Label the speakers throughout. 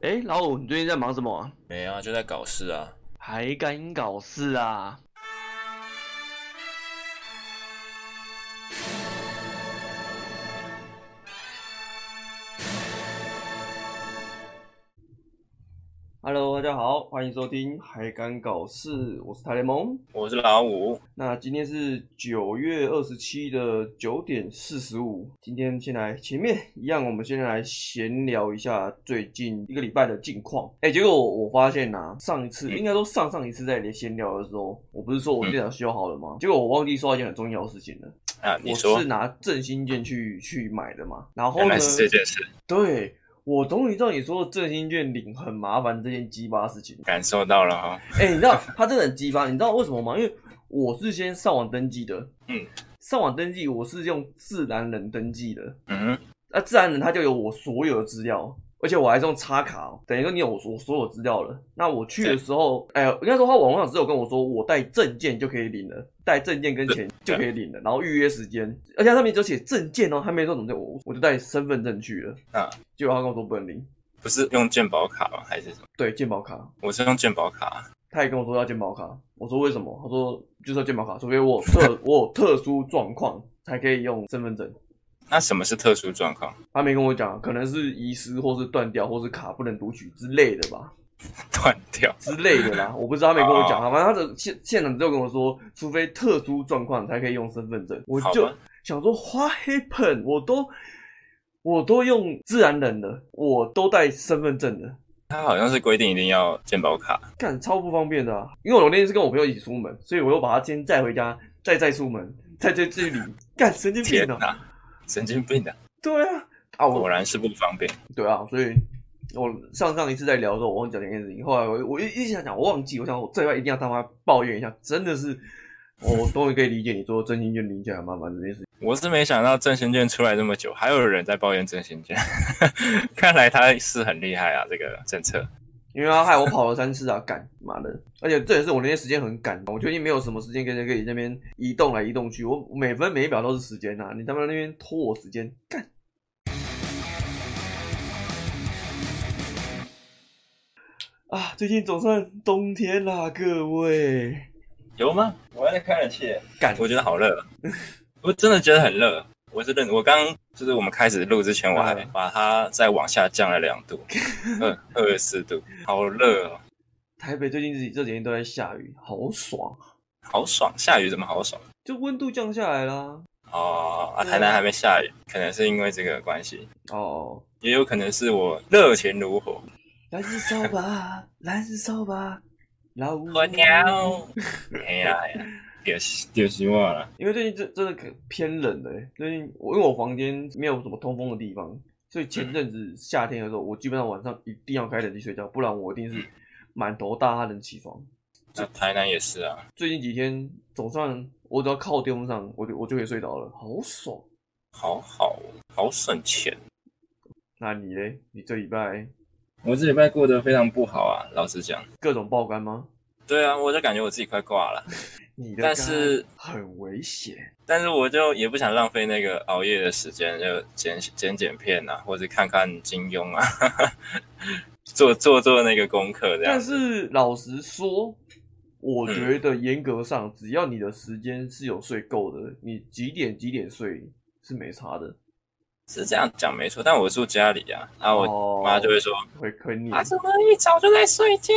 Speaker 1: 哎，老五，你最近在忙什么啊？
Speaker 2: 没啊，就在搞事啊。
Speaker 1: 还敢搞事啊？Hello，大家好，欢迎收听《还敢搞事》，我是台联盟。
Speaker 2: 我是老五，
Speaker 1: 那今天是九月二十七的九点四十五。今天先来前面一样，我们先来闲聊一下最近一个礼拜的近况。哎、结果我我发现啊，上一次应该说上上一次在闲聊的时候，我不是说我电脑修好了吗？结果我忘记说到一件很重要的事情了。
Speaker 2: 啊，你
Speaker 1: 我
Speaker 2: 说
Speaker 1: 是拿振兴券去去买的嘛，然后
Speaker 2: 原
Speaker 1: 呢
Speaker 2: 来，是这件事，
Speaker 1: 对我终于知道你说的振兴券领很麻烦这件鸡巴事情。
Speaker 2: 感受到了哈。
Speaker 1: 哎、你知道他真的很鸡巴，你知道为什么吗？因为我是先上网登记的，
Speaker 2: 嗯，
Speaker 1: 上网登记我是用自然人登记的，
Speaker 2: 嗯，
Speaker 1: 那、自然人他就有我所有的资料，而且我还是用插卡、哦，等于说你有我我所有资料了。那我去的时候，哎、应该说他网络上只有跟我说我带证件就可以领了，带证件跟钱就可以领了，然后预约时间，而且他上面只有写证件哦，他没说怎么就我我就带身份证去了，
Speaker 2: 啊，
Speaker 1: 结果他跟我说不能领，
Speaker 2: 不是用健保卡吗？还是什么？
Speaker 1: 对，健保卡，
Speaker 2: 我是用健保卡。
Speaker 1: 他也跟我说要健保卡，我说为什么？他说就是要健保卡，除非我有 特我有特殊状况才可以用身份证。
Speaker 2: 那什么是特殊状况？
Speaker 1: 他没跟我讲，可能是遗失或是断掉，或是卡不能读取之类的吧，
Speaker 2: 断掉。
Speaker 1: 之类的啦。我不知道他没跟我讲啊，反正他的现现场只有跟我说，除非特殊状况才可以用身份证。我
Speaker 2: 好
Speaker 1: 就
Speaker 2: 吧
Speaker 1: 想说花黑盆，我都我都用自然人了，我都带身份证了。
Speaker 2: 它好像是规定一定要健保卡。
Speaker 1: 干超不方便的、啊，因为我那天是跟我朋友一起出门，所以我又把他今天载回家，再再出门，再再这里，干神经病
Speaker 2: 天
Speaker 1: 啊！
Speaker 2: 哪，神经病的，
Speaker 1: 对啊，啊
Speaker 2: 果
Speaker 1: 我
Speaker 2: 然是不方便。
Speaker 1: 对啊，所以我上上一次在聊的时候，我忘记讲这件事情，后来我我一一直想讲，我忘记，我想我这一拜一定要他妈抱怨一下，真的是，我终于可以理解你说真心就理解很麻烦这件事情。
Speaker 2: 我是没想到振兴券出来这么久，还有人在抱怨振兴券， 看来他是很厉害啊，这个政策。
Speaker 1: 因为他害我跑了三次啊， 赶妈的！而且这也是我那天时间很赶，我最近没有什么时间跟人可以那边移动来移动去，我每分每秒都是时间呐、啊你他妈那边拖我时间，干！ 啊，最近总算冬天啦，各位。
Speaker 2: 有吗？我还在开冷气耶，
Speaker 1: 干
Speaker 2: 我觉得好热， 我真的觉得很热。我是认，我刚就是我们开始录之前，我还
Speaker 1: 嗯
Speaker 2: 把它再往下降了两度，二二十四度，好热哦，
Speaker 1: 台北最近这这几天都在下雨，好爽，
Speaker 2: 好爽。下雨怎么好爽？
Speaker 1: 就温度降下来啦。
Speaker 2: 哦，啊，
Speaker 1: 对啊
Speaker 2: 台南还没下雨，可能是因为这个关系，
Speaker 1: 哦，
Speaker 2: 也有可能是我热情如火。
Speaker 1: 蓝色扫把，蓝色扫把，老五
Speaker 2: 我鸟，哎呀哎呀，丢丢希望了。
Speaker 1: 因为最近真真的可偏冷了欸、最近我因为我房间没有什么通风的地方，所以前阵 子夏天的时候，我基本上晚上一定要开冷气睡觉，不然我一定是满头大汗的起床。
Speaker 2: 那台南也是啊，
Speaker 1: 最近几天总算我只要靠电风扇，我就我就可以睡着了，好爽。
Speaker 2: 好好哦好省钱。
Speaker 1: 那你嘞？你这礼拜
Speaker 2: 我这礼拜过得非常不好啊，老实讲。
Speaker 1: 各种爆肝吗？
Speaker 2: 对啊，我就感觉我自己快挂了，
Speaker 1: 你的
Speaker 2: 但是
Speaker 1: 肝很危险。
Speaker 2: 但是我就也不想浪费那个熬夜的时间，就剪剪剪片啊，或者看看金庸啊， 做做做那个功课这样
Speaker 1: 但
Speaker 2: 子。
Speaker 1: 是老实说，我觉得严格上，只要你的时间是有睡够的，你几点几点睡是没差的。
Speaker 2: 是这样讲没错，但我住家里啊，然后我
Speaker 1: 哦
Speaker 2: 妈就会说、
Speaker 1: 会坑你。
Speaker 2: 啊，怎么一早就在睡觉？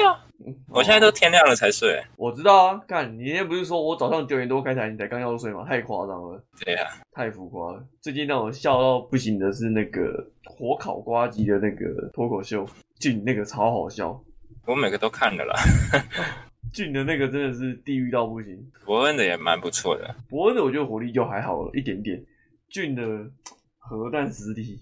Speaker 2: 我现在都
Speaker 1: 哦
Speaker 2: 天亮了才睡。
Speaker 1: 我知道啊，干，你今天不是说我早上九点多开台，你才刚要睡吗？太夸张了，
Speaker 2: 对啊，
Speaker 1: 太浮夸了。最近让我笑到不行的是那个火烤瓜机的那个脱口秀，俊那个超好笑，
Speaker 2: 我每个都看了啦，
Speaker 1: 俊的那个真的是地狱到不行。
Speaker 2: 伯恩的也蛮不错的。
Speaker 1: 伯恩的我觉得火力就还好了一点点，俊的核弹实力。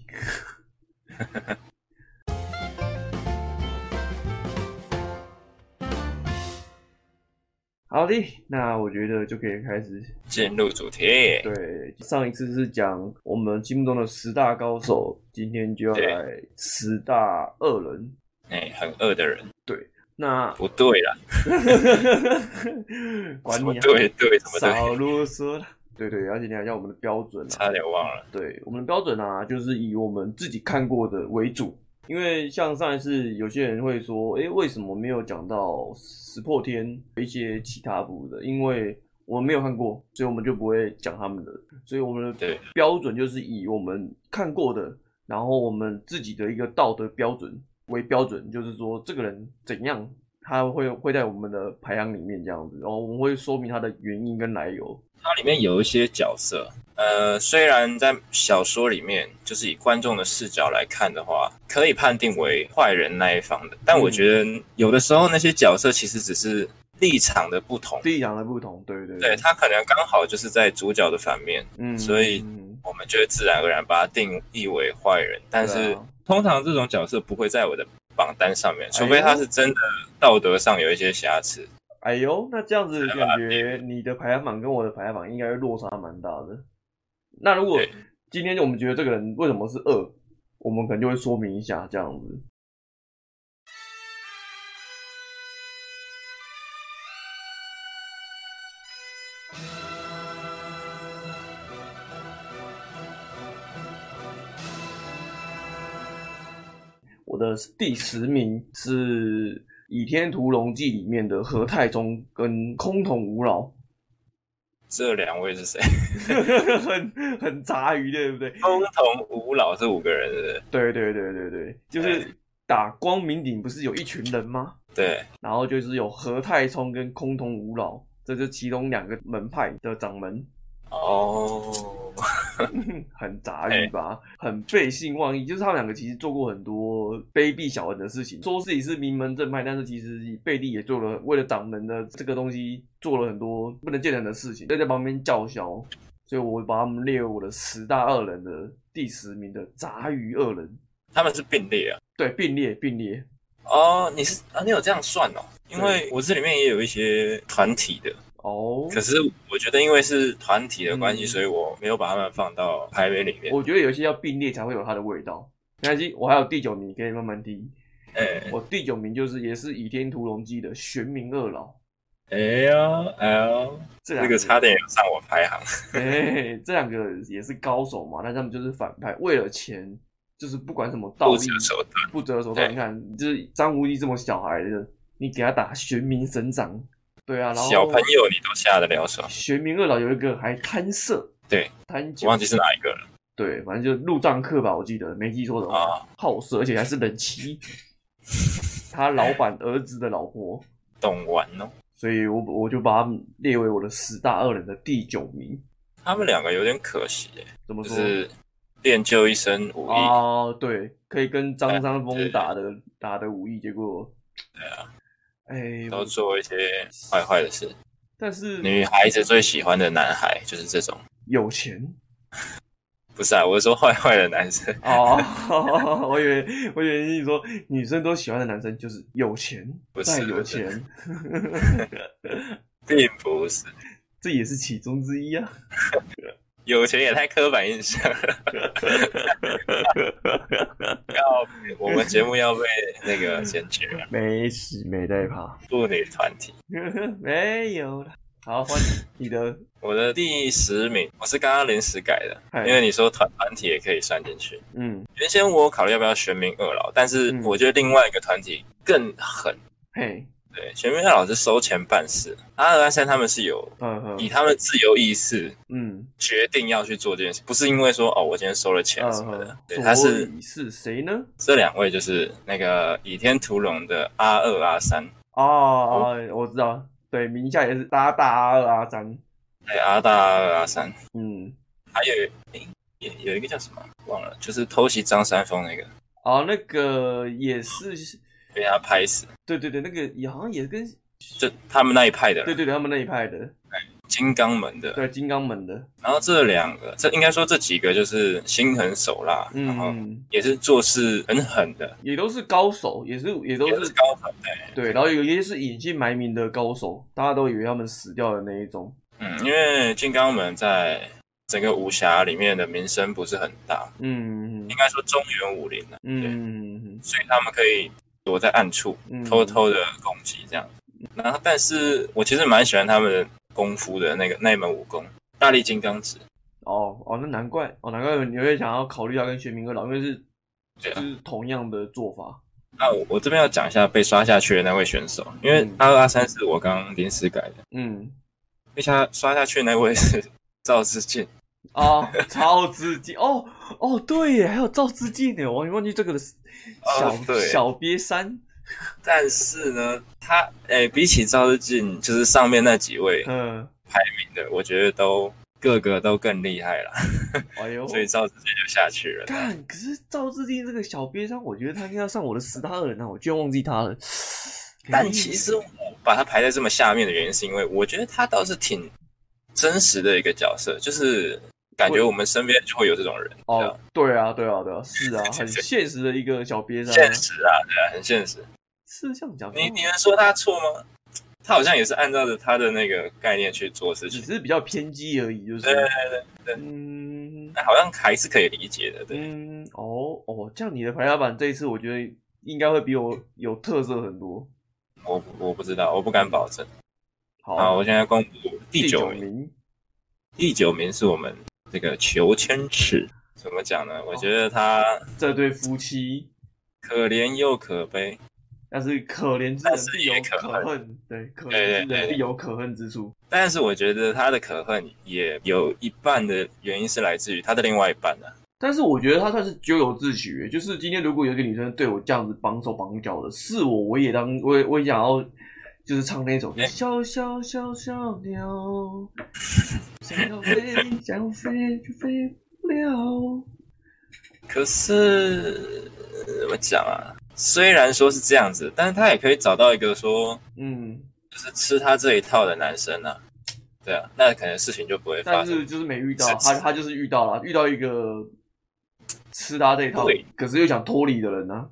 Speaker 1: 好的，那我觉得就可以开始。
Speaker 2: 进入主题，
Speaker 1: 对，上一次是讲我们心目中的十大高手，今天就要
Speaker 2: 对
Speaker 1: 来十大恶人。
Speaker 2: 哎、很饿的人
Speaker 1: 那
Speaker 2: 不对啦，
Speaker 1: 管
Speaker 2: 什么
Speaker 1: 你、啊，
Speaker 2: 对对什么对，
Speaker 1: 少啰嗦了。对对，要先讲一下我们的标准啊。
Speaker 2: 差点忘了。
Speaker 1: 对，我们的标准啊，就是以我们自己看过的为主。因为像上一次有些人会说，诶，为什么没有讲到石破天一些其他部的？因为我们没有看过，所以我们就不会讲他们的。所以我们的
Speaker 2: 对
Speaker 1: 标准就是以我们看过的，然后我们自己的一个道德标准为标准，就是说这个人怎样，他会会在我们的排行里面这样子，然哦后我们会说明他的原因跟来由。
Speaker 2: 它里面有一些角色，呃，虽然在小说里面就是以观众的视角来看的话，可以判定为坏人那一方的，但
Speaker 1: 嗯
Speaker 2: 我觉得有的时候那些角色其实只是立场的不同，
Speaker 1: 立场的不同，对对
Speaker 2: 对他可能刚好就是在主角的反面，
Speaker 1: 嗯，
Speaker 2: 所以
Speaker 1: 嗯
Speaker 2: 我们就会自然而然把它定义为坏人。但
Speaker 1: 对
Speaker 2: 是、
Speaker 1: 啊
Speaker 2: 通常这种角色不会在我的榜单上面，
Speaker 1: 哎呦
Speaker 2: 除非他是真的道德上有一些瑕疵。
Speaker 1: 哎呦，那这样子感觉你的排行榜跟我的排行榜应该落差蛮大的。那如果
Speaker 2: 对
Speaker 1: 今天我们觉得这个人为什么是恶，我们可能就会说明一下这样子。我的第十名是《倚天屠龙记》里面的何太宗跟空桶无老，
Speaker 2: 这两位是谁？
Speaker 1: 哎很很杂鱼，对不对？
Speaker 2: 风同五老这五个人是不是
Speaker 1: 对对对对对，就是打光明顶不是有一群人吗？
Speaker 2: 对，
Speaker 1: 然后就是有何太冲跟空同无老，这是其中两个门派的掌门，
Speaker 2: 哦，
Speaker 1: 很杂鱼吧，很背信忘义。就是他们两个其实做过很多卑鄙小人的事情，说自己是名门正派，但是其实背地也做了为了掌门的这个东西做了很多不能见人的事情，在在旁边叫嚣。所以我把他们列为我的十大恶人的第十名的杂鱼恶人，
Speaker 2: 他们是并列啊。
Speaker 1: 对，并列并列。
Speaker 2: 哦，你是啊？你有这样算哦？因为我这里面也有一些团体的，
Speaker 1: 哦，
Speaker 2: 可是我觉得因为是团体的关系，
Speaker 1: 嗯
Speaker 2: 所以我没有把他们放到排名里面。
Speaker 1: 我觉得有些要并列才会有它的味道。没关系，我还有第九名可以慢慢听。
Speaker 2: 哎
Speaker 1: 我第九名就是也是《倚天屠龙记》的玄冥二老，
Speaker 2: 哎呀哎呀，
Speaker 1: 这两
Speaker 2: 这个差点有上我排行。
Speaker 1: 哎、这两个也是高手嘛，但他们就是反派，为了钱就是不管什么道
Speaker 2: 不
Speaker 1: 义
Speaker 2: 择手段，
Speaker 1: 不择手段。
Speaker 2: 对
Speaker 1: 你看，就是张无忌这么小孩的，你给他打玄冥神掌，对啊，然后
Speaker 2: 小朋友你都下得了手，
Speaker 1: 玄冥二老有一个还贪色，
Speaker 2: 对，
Speaker 1: 贪
Speaker 2: 我
Speaker 1: 酒
Speaker 2: 忘，记是哪一个了
Speaker 1: 对，反正就是入账课吧，我记得没记错的话。
Speaker 2: 啊。
Speaker 1: 好色，而且还是人 妻，他老板儿子的老婆，
Speaker 2: 懂玩哦。
Speaker 1: 所以我我就把他们列为我的十大恶人的第九名。
Speaker 2: 他们两个有点可惜耶，
Speaker 1: 怎么
Speaker 2: 就
Speaker 1: 说？
Speaker 2: 是练就一身武艺，
Speaker 1: 啊，对，可以跟张三丰
Speaker 2: 对
Speaker 1: 打的打的武艺，结果，对啊，哎，
Speaker 2: 都
Speaker 1: 我
Speaker 2: 做一些坏坏的事。
Speaker 1: 但是
Speaker 2: 女孩子最喜欢的男孩就是这种，
Speaker 1: 有 钱
Speaker 2: 不是啊，我是说坏坏的男生。
Speaker 1: 哦， 我以为我以为你说女生都喜欢的男生就是有钱，
Speaker 2: 不是
Speaker 1: 再有
Speaker 2: 不是
Speaker 1: 钱，
Speaker 2: 并不是，
Speaker 1: 这也是其中之一 啊。
Speaker 2: 有钱也太刻板印象了。 要我们节目要被那个检举了，
Speaker 1: 没事，没在怕，
Speaker 2: 妇女团体。
Speaker 1: 没有了。好，换你你的
Speaker 2: 我的第十名，我是刚刚临时改的，
Speaker 1: 嗨
Speaker 2: 因为你说团团体也可以算进去。
Speaker 1: 嗯，
Speaker 2: 原先我有考虑要不要玄冥二老，但是
Speaker 1: 嗯
Speaker 2: 我觉得另外一个团体更狠。
Speaker 1: 嘿，
Speaker 2: 对，玄冥二老是收钱办事，啊阿尔安山他们是有
Speaker 1: 嗯哼，
Speaker 2: 以他们自由意识
Speaker 1: 嗯，
Speaker 2: 决定要去做这件事，不是因为说哦我今天收了钱
Speaker 1: 嗯
Speaker 2: 什么的。
Speaker 1: 哼，
Speaker 2: 对，他
Speaker 1: 所
Speaker 2: 是
Speaker 1: 以是谁呢？
Speaker 2: 这两位就是那个倚天屠龙的阿二阿三，
Speaker 1: 哦哦，我知道，对，名下也是搭大阿二阿三，
Speaker 2: 还有哎阿大阿二阿三，
Speaker 1: 嗯，
Speaker 2: 还有诶也有一个叫什么忘了，就是偷袭张三丰那个
Speaker 1: 哦，那个也是，
Speaker 2: 被他拍死，
Speaker 1: 对对对，那个也好像也跟，
Speaker 2: 就他们那一派的
Speaker 1: 对对对，他们那一派的，
Speaker 2: 金刚门的。
Speaker 1: 对，金刚门的，
Speaker 2: 然后这两个，这应该说这几个就是心狠手辣，然后
Speaker 1: 嗯，
Speaker 2: 也是做事很狠的，
Speaker 1: 也都是高手，也是也都
Speaker 2: 也是
Speaker 1: 是
Speaker 2: 高粉的。
Speaker 1: 对，然后有一些是隐姓埋名的高手，大家都以为他们死掉的那一种，
Speaker 2: 嗯，因为金刚门在整个武侠里面的名声不是很大，
Speaker 1: 嗯嗯
Speaker 2: 应该说中原武林啊，
Speaker 1: 嗯
Speaker 2: 所以他们可以躲在暗处
Speaker 1: 嗯，
Speaker 2: 偷偷的攻击这样。然后，但是我其实蛮喜欢他们的功夫的那个那一门武功——大力金刚指。
Speaker 1: 哦哦，那难怪哦，难怪你会想要考虑要跟玄冥哥老，因为是
Speaker 2: 对啊
Speaker 1: 就是同样的做法。
Speaker 2: 那我我这边要讲一下被刷下去的那位选手，因为
Speaker 1: 嗯
Speaker 2: 阿二阿三是我刚临时改的，
Speaker 1: 嗯，
Speaker 2: 被他刷下去的那位是 赵志敬，
Speaker 1: 啊，赵志敬，哦哦，对耶，还有赵志敬呢，我忘记这个的小、
Speaker 2: 哦对
Speaker 1: 小瘪三，
Speaker 2: 但是呢，他诶、比起赵志敬，就是上面那几位
Speaker 1: 嗯，
Speaker 2: 的，我觉得都个个都更厉害啦，
Speaker 1: 哎呦，
Speaker 2: 所以赵志敬就下去了。
Speaker 1: 干，可是赵志敬这个小瘪三，我觉得他应该要上我的十大恶人啊，我居然忘记他了。
Speaker 2: 但其实我把他排在这么下面的原因，是因为我觉得他倒是挺真实的一个角色，就是感觉我们身边就会有这种人，
Speaker 1: 哦，对啊，对啊，对啊，是 啊，很现实的一个小瘪
Speaker 2: 这
Speaker 1: 三
Speaker 2: 样
Speaker 1: 啊
Speaker 2: 现，实啊，嗯对啊，很现实。
Speaker 1: 是这样讲吗，
Speaker 2: 你你能说他错吗？他好像也是按照着他的那个概念去做事
Speaker 1: 只
Speaker 2: 情，
Speaker 1: 是比较偏激而已，就是，
Speaker 2: 对对对
Speaker 1: 嗯
Speaker 2: 那好像还是可以理解的，对。
Speaker 1: 嗯，哦哦，这样你的排压板这一次，我觉得应该会比我有特色很多。
Speaker 2: 我我不知道，我不敢保证。好，
Speaker 1: 好，
Speaker 2: 我现在公布第九
Speaker 1: 九
Speaker 2: 名，
Speaker 1: 名，
Speaker 2: 第九名是我们这个裘千尺。怎么讲呢？我觉得他
Speaker 1: 这对夫妻，
Speaker 2: 可怜又可悲，
Speaker 1: 但是可怜之
Speaker 2: 但
Speaker 1: 人
Speaker 2: 是
Speaker 1: 必
Speaker 2: 也
Speaker 1: 有
Speaker 2: 可
Speaker 1: 可
Speaker 2: 恨
Speaker 1: 恨，对，可怜
Speaker 2: 对
Speaker 1: 之
Speaker 2: 对
Speaker 1: 人
Speaker 2: 对
Speaker 1: 必有可恨之处。
Speaker 2: 但是我觉得他的可恨也有一半的原因是来自于他的另外一半啊呢、
Speaker 1: 但是我觉得他算是咎由自取，欸就是今天如果有一个女生对我这样子绑手绑脚的，是我我也当我也我也想要，就是唱那首歌
Speaker 2: 哎
Speaker 1: 小小小小鸟，想要飞想要飞却飞不了。
Speaker 2: 可是呃怎么讲啊？虽然说是这样子，但是他也可以找到一个说
Speaker 1: 嗯，
Speaker 2: 就是吃他这一套的男生啊。对啊，那可能事情就不会发
Speaker 1: 但
Speaker 2: 生
Speaker 1: 是。就是没遇到
Speaker 2: 是
Speaker 1: 他，他就是遇到了，遇到一个吃他这一套
Speaker 2: 对，
Speaker 1: 可是又想脱离的人呢、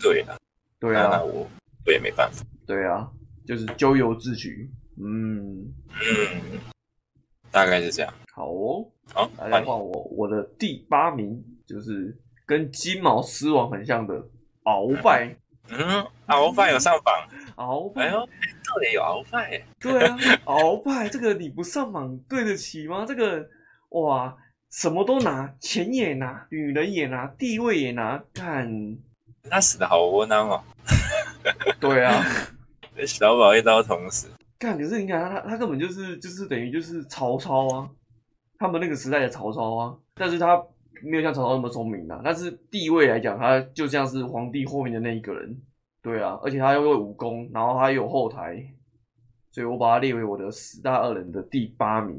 Speaker 2: 对啊，
Speaker 1: 对
Speaker 2: 那
Speaker 1: 啊
Speaker 2: 那，我我也没办法。
Speaker 1: 对啊，就是咎由自取。嗯，
Speaker 2: 嗯，大概是这样。
Speaker 1: 好哦，
Speaker 2: 好，
Speaker 1: 来
Speaker 2: 换
Speaker 1: 来
Speaker 2: 你
Speaker 1: 换我，我的第八名就是跟金毛狮王很像的鳌 拜，
Speaker 2: 嗯，鳌拜有上榜。
Speaker 1: 鳌
Speaker 2: 哎
Speaker 1: 拜，
Speaker 2: 呦，到底有鳌拜耶？
Speaker 1: 对啊，鳌拜这个你不上榜对得起吗？这个哇，什么都拿，钱也拿，女人也拿，地位也拿，看，
Speaker 2: 他死的好窝囊哦，
Speaker 1: 对啊。
Speaker 2: 被小宝一刀捅死。
Speaker 1: 干，可是你看他，他根本就是就是等于就是曹操啊，他们那个时代的曹操啊，但是他没有像曹操那么聪明啊，但是地位来讲，他就像是皇帝后面的那一个人，对啊，而且他又会武功，然后他又有后台，所以我把他列为我的十大恶人的第八名，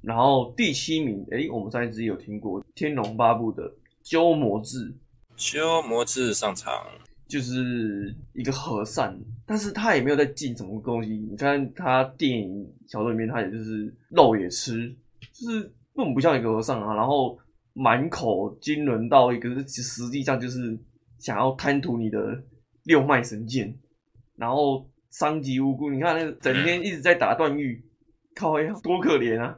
Speaker 1: 然后第七名，诶，我们上一集有听过《天龙八部》的鸠摩智，
Speaker 2: 修魔志上场，
Speaker 1: 就是一个和善，但是他也没有在进什么东西。你看他电影小说里面，他也就是肉也吃，就是根本不像一个和尚啊。然后满口经纶到一个，其实际上就是想要贪图你的六脉神剑，然后伤及无辜。你看那个整天一直在打段誉，靠呀，多可怜啊！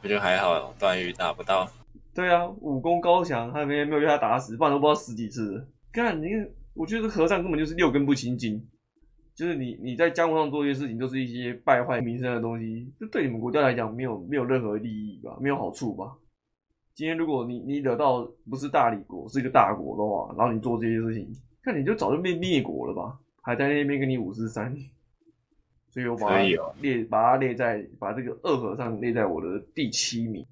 Speaker 2: 不就还好？段誉打不到，
Speaker 1: 对啊，武功高强，他没有没有被他打死，不然都不知道死几次了。干，你看，我觉得这和尚根本就是六根不清净，就是你你在江湖上做一些事情，都是一些败坏名声的东西，这对你们国家来讲没有没有任何利益吧，没有好处吧。今天如果你你惹到不是大理国，是一个大国的话，然后你做这些事情，看你就早就被灭国了吧，还在那边跟你五四三。所以我把它
Speaker 2: 可以哦
Speaker 1: 列、把它列在把这个二和尚列在我的第七名。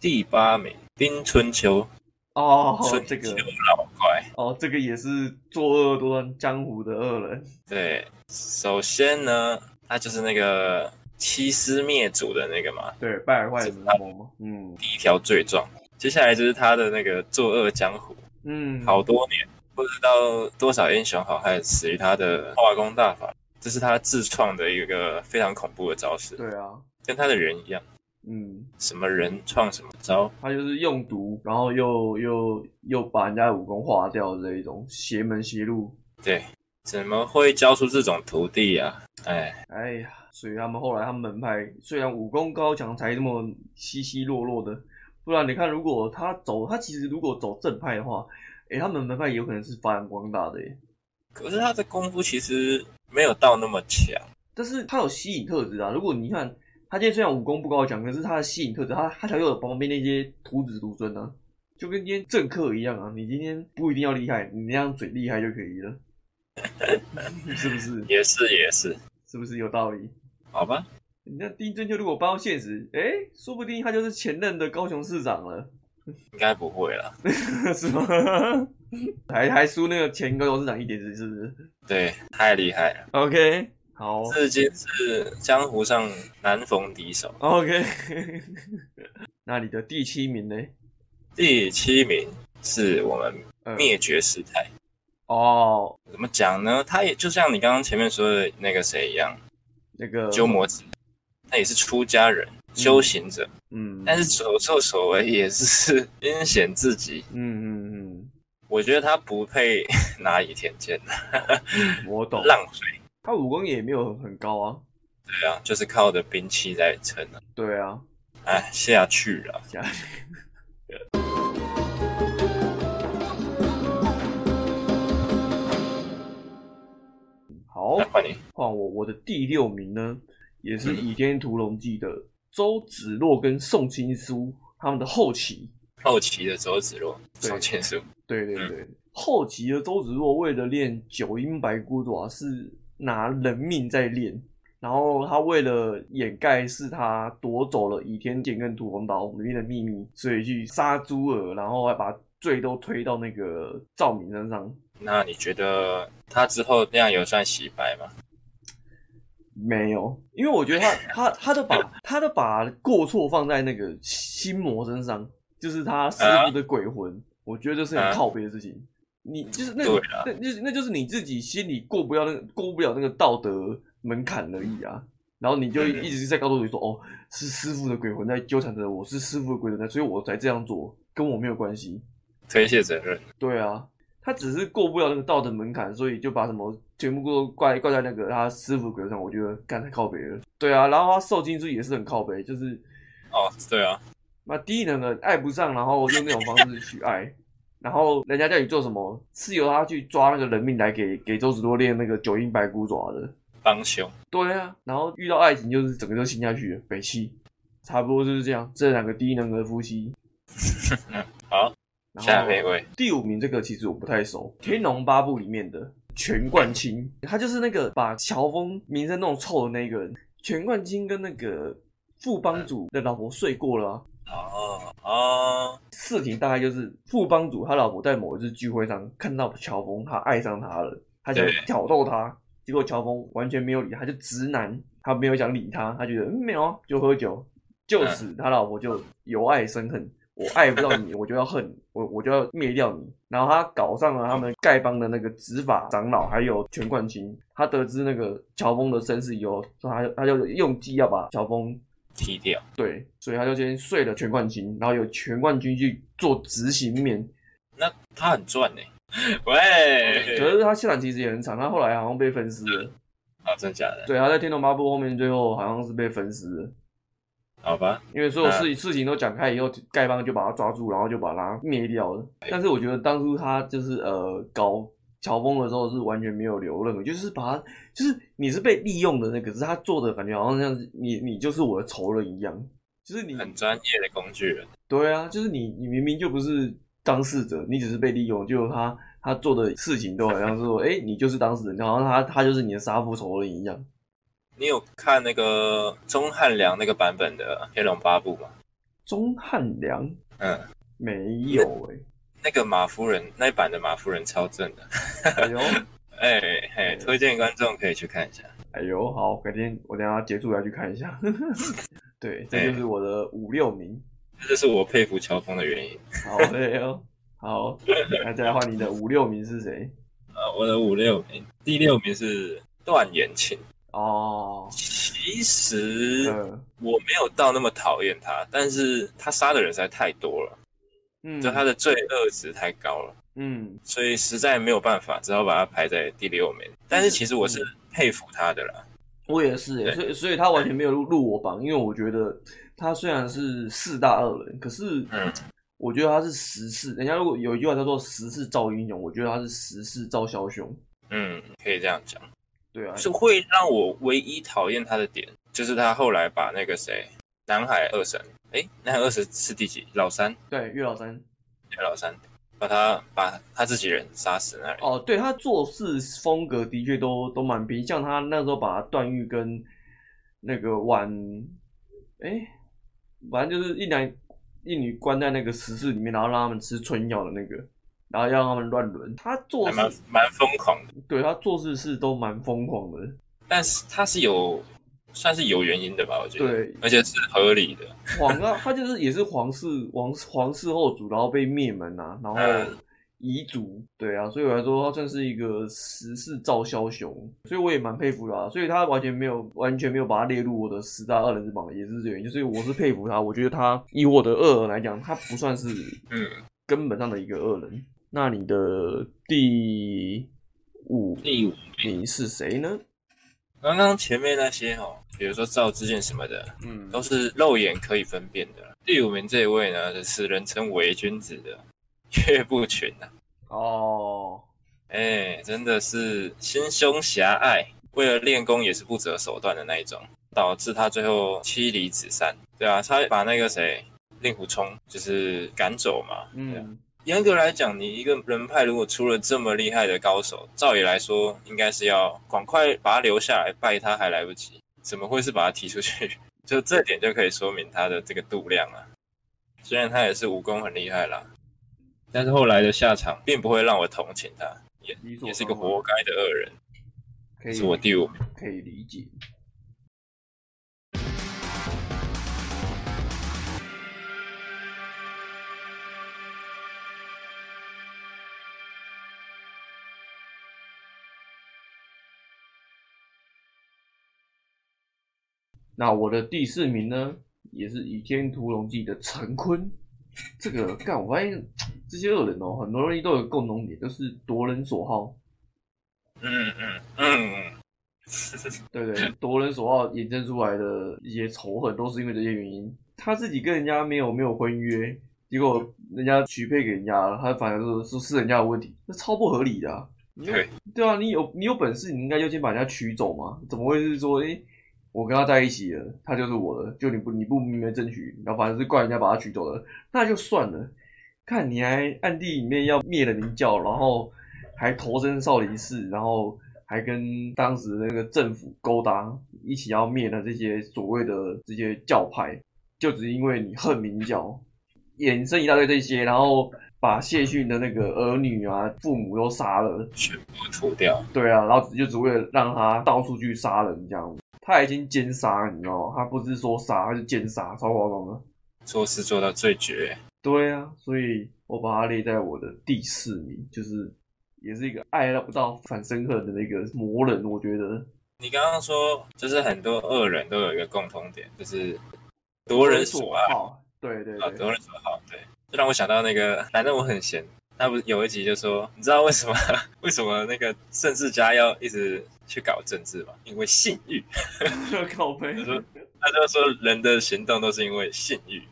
Speaker 2: 第八名丁春秋，
Speaker 1: 哦
Speaker 2: 春，
Speaker 1: 这
Speaker 2: 秋
Speaker 1: 个
Speaker 2: 老怪。
Speaker 1: 哦，这个也是作恶多端江湖的恶人。
Speaker 2: 对，首先呢，他就是那个欺师灭祖的那个嘛，
Speaker 1: 对，败坏民风嘛。嗯
Speaker 2: 第一条罪状。接下来就是他的那个作恶江湖，
Speaker 1: 嗯，
Speaker 2: 好多年，不知道多少英雄好汉死于他的化工大法。这是他自创的一个非常恐怖的招式，
Speaker 1: 对啊，
Speaker 2: 跟他的人一样，
Speaker 1: 嗯，
Speaker 2: 什么人创什么招，
Speaker 1: 他就是用毒，然后又又又把人家的武功化掉的这一种邪门邪路。
Speaker 2: 对，怎么会教出这种徒弟啊？哎，
Speaker 1: 哎呀，所以他们后来他们门派虽然武功高强，才这么稀稀落落的。不然你看，如果他走，他其实如果走正派的话，哎、他们门派也有可能是发扬光大的耶。
Speaker 2: 可是他的功夫其实没有到那么强，
Speaker 1: 但是他有吸引特质啊。如果你看他今天虽然武功不高强，可是他的吸引特质，他他才会有旁边那些徒子徒孙啊。就跟今天政客一样啊，你今天不一定要厉害，你那张嘴厉害就可以了， 是不是？
Speaker 2: 也是也是，
Speaker 1: 是不是有道理？
Speaker 2: 好吧，
Speaker 1: 你那丁真秋如果搬到现实，哎、说不定他就是前任的高雄市长了，
Speaker 2: 应该不会了。
Speaker 1: 是吗？还还输那个前高雄市长一点子，是不是
Speaker 2: 对，太厉害了，
Speaker 1: ？OK，好
Speaker 2: 至今是江湖上难逢敌手。
Speaker 1: ，OK，那你的第七名呢？
Speaker 2: 第七名是我们
Speaker 1: 嗯
Speaker 2: 灭绝师太，
Speaker 1: 哦，
Speaker 2: 怎么讲呢？他也就像你刚刚前面说的那个谁一样，
Speaker 1: 那个
Speaker 2: 鸠摩子，他也是出家人、修行者，
Speaker 1: 嗯，
Speaker 2: 但是所作所为也是 阴险至极。
Speaker 1: 嗯嗯
Speaker 2: 我觉得他不配 拿倚天剑，
Speaker 1: 嗯，我懂，
Speaker 2: 浪费
Speaker 1: 他武功也没有很很高啊，
Speaker 2: 啊，就是靠着兵器在撑啊。
Speaker 1: 对啊，
Speaker 2: 哎，下去了。
Speaker 1: 下好哦
Speaker 2: 那，换你，
Speaker 1: 换我，我的第六名呢，也
Speaker 2: 嗯
Speaker 1: 是《倚天屠龙记》的周芷若跟宋青书他们的后期。
Speaker 2: 后期的周芷若
Speaker 1: 对
Speaker 2: 手牵手，
Speaker 1: 对对对，嗯后期的周芷若为了练九阴白骨爪是拿人命在练，然后他为了掩盖是他夺走了倚天剑跟屠龙刀里面的秘密，所以去杀朱儿，然后还把罪都推到那个赵敏身上。
Speaker 2: 那你觉得他之后那样有算洗白吗？
Speaker 1: 没有，因为我觉得他他他都把他都把过错放在那个心魔身上，就是他师傅的鬼魂，我觉得这是很
Speaker 2: 啊
Speaker 1: 靠背的事情。你就是那
Speaker 2: 对啊
Speaker 1: 个，
Speaker 2: 啦
Speaker 1: 那就是那就是你自己心里过不了那个过不了那个道德门槛而已啊。然后你就
Speaker 2: 嗯
Speaker 1: 一直在告诉你说，哦，是师傅的鬼魂在纠缠着我，是师傅的鬼魂在，所以我才这样做，跟我没有关系。
Speaker 2: 推卸责任，
Speaker 1: 对啊，他只是过不了那个道德门槛，所以就把什么全部都怪怪在那个他师傅鬼头上，我觉得干太靠北了。对啊，然后他受精术也是很靠北，就是
Speaker 2: 哦，对啊，
Speaker 1: 那低能的爱不上，然后用那种方式去爱，然后人家叫你做什么，是由他去抓那个人命来给给周芷若练那个九阴白骨爪的。
Speaker 2: 帮凶。
Speaker 1: 对啊，然后遇到爱情就是整个就陷下去了，北七，差不多就是这样。这两个低能的夫妻，
Speaker 2: 好，
Speaker 1: 然后
Speaker 2: 下面一位，
Speaker 1: 第五名这个其实我不太熟，《天龙八部》里面的全冠清，他就是那个把乔峰名声弄臭的那个人。全冠清跟那个副帮主的老婆睡过了、啊，
Speaker 2: 哦哦，
Speaker 1: 事情大概就是副帮主他老婆在某一次聚会上看到乔峰，他爱上他了，他想
Speaker 2: 对
Speaker 1: 挑逗他，结果乔峰完全没有理他，他就直男，他没有想理他，他觉得、嗯、没有啊就喝酒，就此他老婆就由爱生恨，我爱不到你，我就要恨，我我就要灭掉你。然后他搞上了他们丐帮的那个执法长老，还有全冠清。他得知那个乔峰的身世以后，他就他就用计要把乔峰
Speaker 2: 踢掉，
Speaker 1: 对，所以他就先睡了全冠军，然后由全冠军去做执行面。
Speaker 2: 那他很赚呢。 喂，
Speaker 1: 可是他下场其实也很惨，他后来好像被分尸了。
Speaker 2: 啊，真假的？
Speaker 1: 对，他在《天龙八部》后面最后好像是被分尸了，
Speaker 2: 好吧，
Speaker 1: 因为所有事事情都讲开以后，丐帮就把他抓住，然后就把他灭掉了。但是我觉得当初他就是呃搞乔峰的时候是完全没有留任何，就是把他就是你是被利用的那个，只是他做的感觉好像像是你你就是我的仇人一样，就是你
Speaker 2: 很专业的工具人，
Speaker 1: 对啊，就是你，你明明就不是当事者，你只是被利用，就他他做的事情都好像是说，哎、你就是当事人，好像他他就是你的杀父仇人一样。
Speaker 2: 你有看那个钟汉良那个版本的《天龙八部》吗？
Speaker 1: 钟汉良
Speaker 2: 嗯，
Speaker 1: 没有哎、
Speaker 2: 那个马夫人那一版的马夫人超正的，
Speaker 1: 哎呦
Speaker 2: 哎嘿，推荐观众可以去看一下。
Speaker 1: 哎呦，好，改天我等一下结束来去看一下。 对，这
Speaker 2: 哎
Speaker 1: 就是我的五六名。
Speaker 2: 这就是我佩服乔峰的原因。
Speaker 1: 好嘞哦，好，那再来换你的五六名是谁？
Speaker 2: 呃，我的五六名，第六名是段延庆。
Speaker 1: 哦，
Speaker 2: 其实
Speaker 1: 嗯
Speaker 2: 我没有到那么讨厌他，但是他杀的人实在太多了，
Speaker 1: 嗯，
Speaker 2: 就他的罪恶值太高了，
Speaker 1: 嗯
Speaker 2: 所以实在没有办法，只好把他排在第六名。但是其实我是
Speaker 1: 嗯
Speaker 2: 佩服他的啦，
Speaker 1: 我也是耶，
Speaker 2: 对
Speaker 1: 所以所以他完全没有入入我榜，因为我觉得他虽然是四大恶人，可是
Speaker 2: 嗯
Speaker 1: 我觉得他是时势。人家如果有一句话叫做“时势造英雄”，我觉得他是时势造枭雄。
Speaker 2: 嗯，可以这样讲。
Speaker 1: 对啊，
Speaker 2: 是会让我唯一讨厌他的点，就是他后来把那个谁，南海二神，诶，南海二神是第几？老三，
Speaker 1: 对，岳老三，
Speaker 2: 对老三，把他把他自己人杀死那里。
Speaker 1: 哦，对他做事风格的确都都蛮逼，像他那时候把段誉跟那个婉，哎，反正就是一男一女关在那个石室里面，然后让他们吃春药的那个，然后要让他们乱伦。他做
Speaker 2: 还蛮
Speaker 1: 事，
Speaker 2: 蛮疯狂的，
Speaker 1: 对他做事是都蛮疯狂的，
Speaker 2: 但是他是有算是有原因的吧，我觉得，
Speaker 1: 对，
Speaker 2: 而且是合理的。
Speaker 1: 皇啊，他就是也是皇室王皇室后主，然后被灭门啊，然后
Speaker 2: 嗯
Speaker 1: 遗族，对啊，所以我来说他算是一个时势造枭雄，所以我也蛮佩服他、所以他完全没有完全没有把他列入我的十大恶人之榜，也是这个原因，所以我是佩服他，我觉得他以我的恶人来讲，他不算是
Speaker 2: 嗯，
Speaker 1: 根本上的一个恶人。那你的第五
Speaker 2: 第五，
Speaker 1: 名是谁呢？
Speaker 2: 刚刚前面那些哦，比如说赵志健什么的，
Speaker 1: 嗯
Speaker 2: 都是肉眼可以分辨的。第五名这一位呢，是人称伪君子的 岳不群啊，
Speaker 1: 哦，
Speaker 2: 哎、真的是心胸狭隘，为了练功也是不择手段的那一种，导致他最后妻离子散。对啊，他把那个谁令狐冲就是赶走嘛。对啊
Speaker 1: 嗯，
Speaker 2: 严格来讲，你一个人派如果出了这么厉害的高手，照理来说应该是要赶快把他留下来拜他还来不及，怎么会是把他踢出去？ 就这点就可以说明他的这个度量啊。虽然他也是武功很厉害啦，但是后来的下场并不会让我同情他，也
Speaker 1: 理所
Speaker 2: 也是一个
Speaker 1: 当然
Speaker 2: 活该的恶人，
Speaker 1: 可以
Speaker 2: 是我第五名。
Speaker 1: 可以理解。那我的第四名呢，也是《倚天屠龙记》的陈坤。这个干，我发现这些恶人哦，很多东西都有共同点，就是夺人所好。
Speaker 2: 嗯嗯嗯，
Speaker 1: 对对，夺人所好衍生出来的一些仇恨，都是因为这些原因。他自己跟人家没有没有婚约，结果人家许配给人家了，他反而说说是人家的问题，那超不合理的啊、你有
Speaker 2: 对
Speaker 1: 对啊，你有你有本事，你应该就先把人家娶走嘛，怎么会是说，诶，我跟他在一起了，他就是我的，就你不你不明媒争取，然后反正是怪人家把他娶走了，那就算了。看你还暗地里面要灭了明教，然后还投身少林寺，然后还跟当时那个政府勾搭，一起要灭了这些所谓的这些教派，就只是因为你恨明教，衍生一大堆这些，然后把谢逊的那个儿女啊、父母都杀了，
Speaker 2: 全部涂掉。
Speaker 1: 对啊，然后就只为了让他到处去杀人这样。他已经奸杀，你知道吗？他不是说杀，他是奸杀，超夸张的。
Speaker 2: 做事做到最绝。
Speaker 1: 对啊，所以我把它列在我的第四名，就是也是一个爱不到反深刻的那个魔人，我觉得
Speaker 2: 你刚刚说，就是很多恶人都有一个共通点，就是夺人所爱
Speaker 1: 好。对对
Speaker 2: 啊，
Speaker 1: 对，
Speaker 2: 夺人所好。对，这让我想到那个，反正我很闲。他不是有一集就说，你知道为什么 为什么那个政治家要一直去搞政治吗？因为性欲。
Speaker 1: 靠背，
Speaker 2: 他说，他就说人的行动都是因为性欲。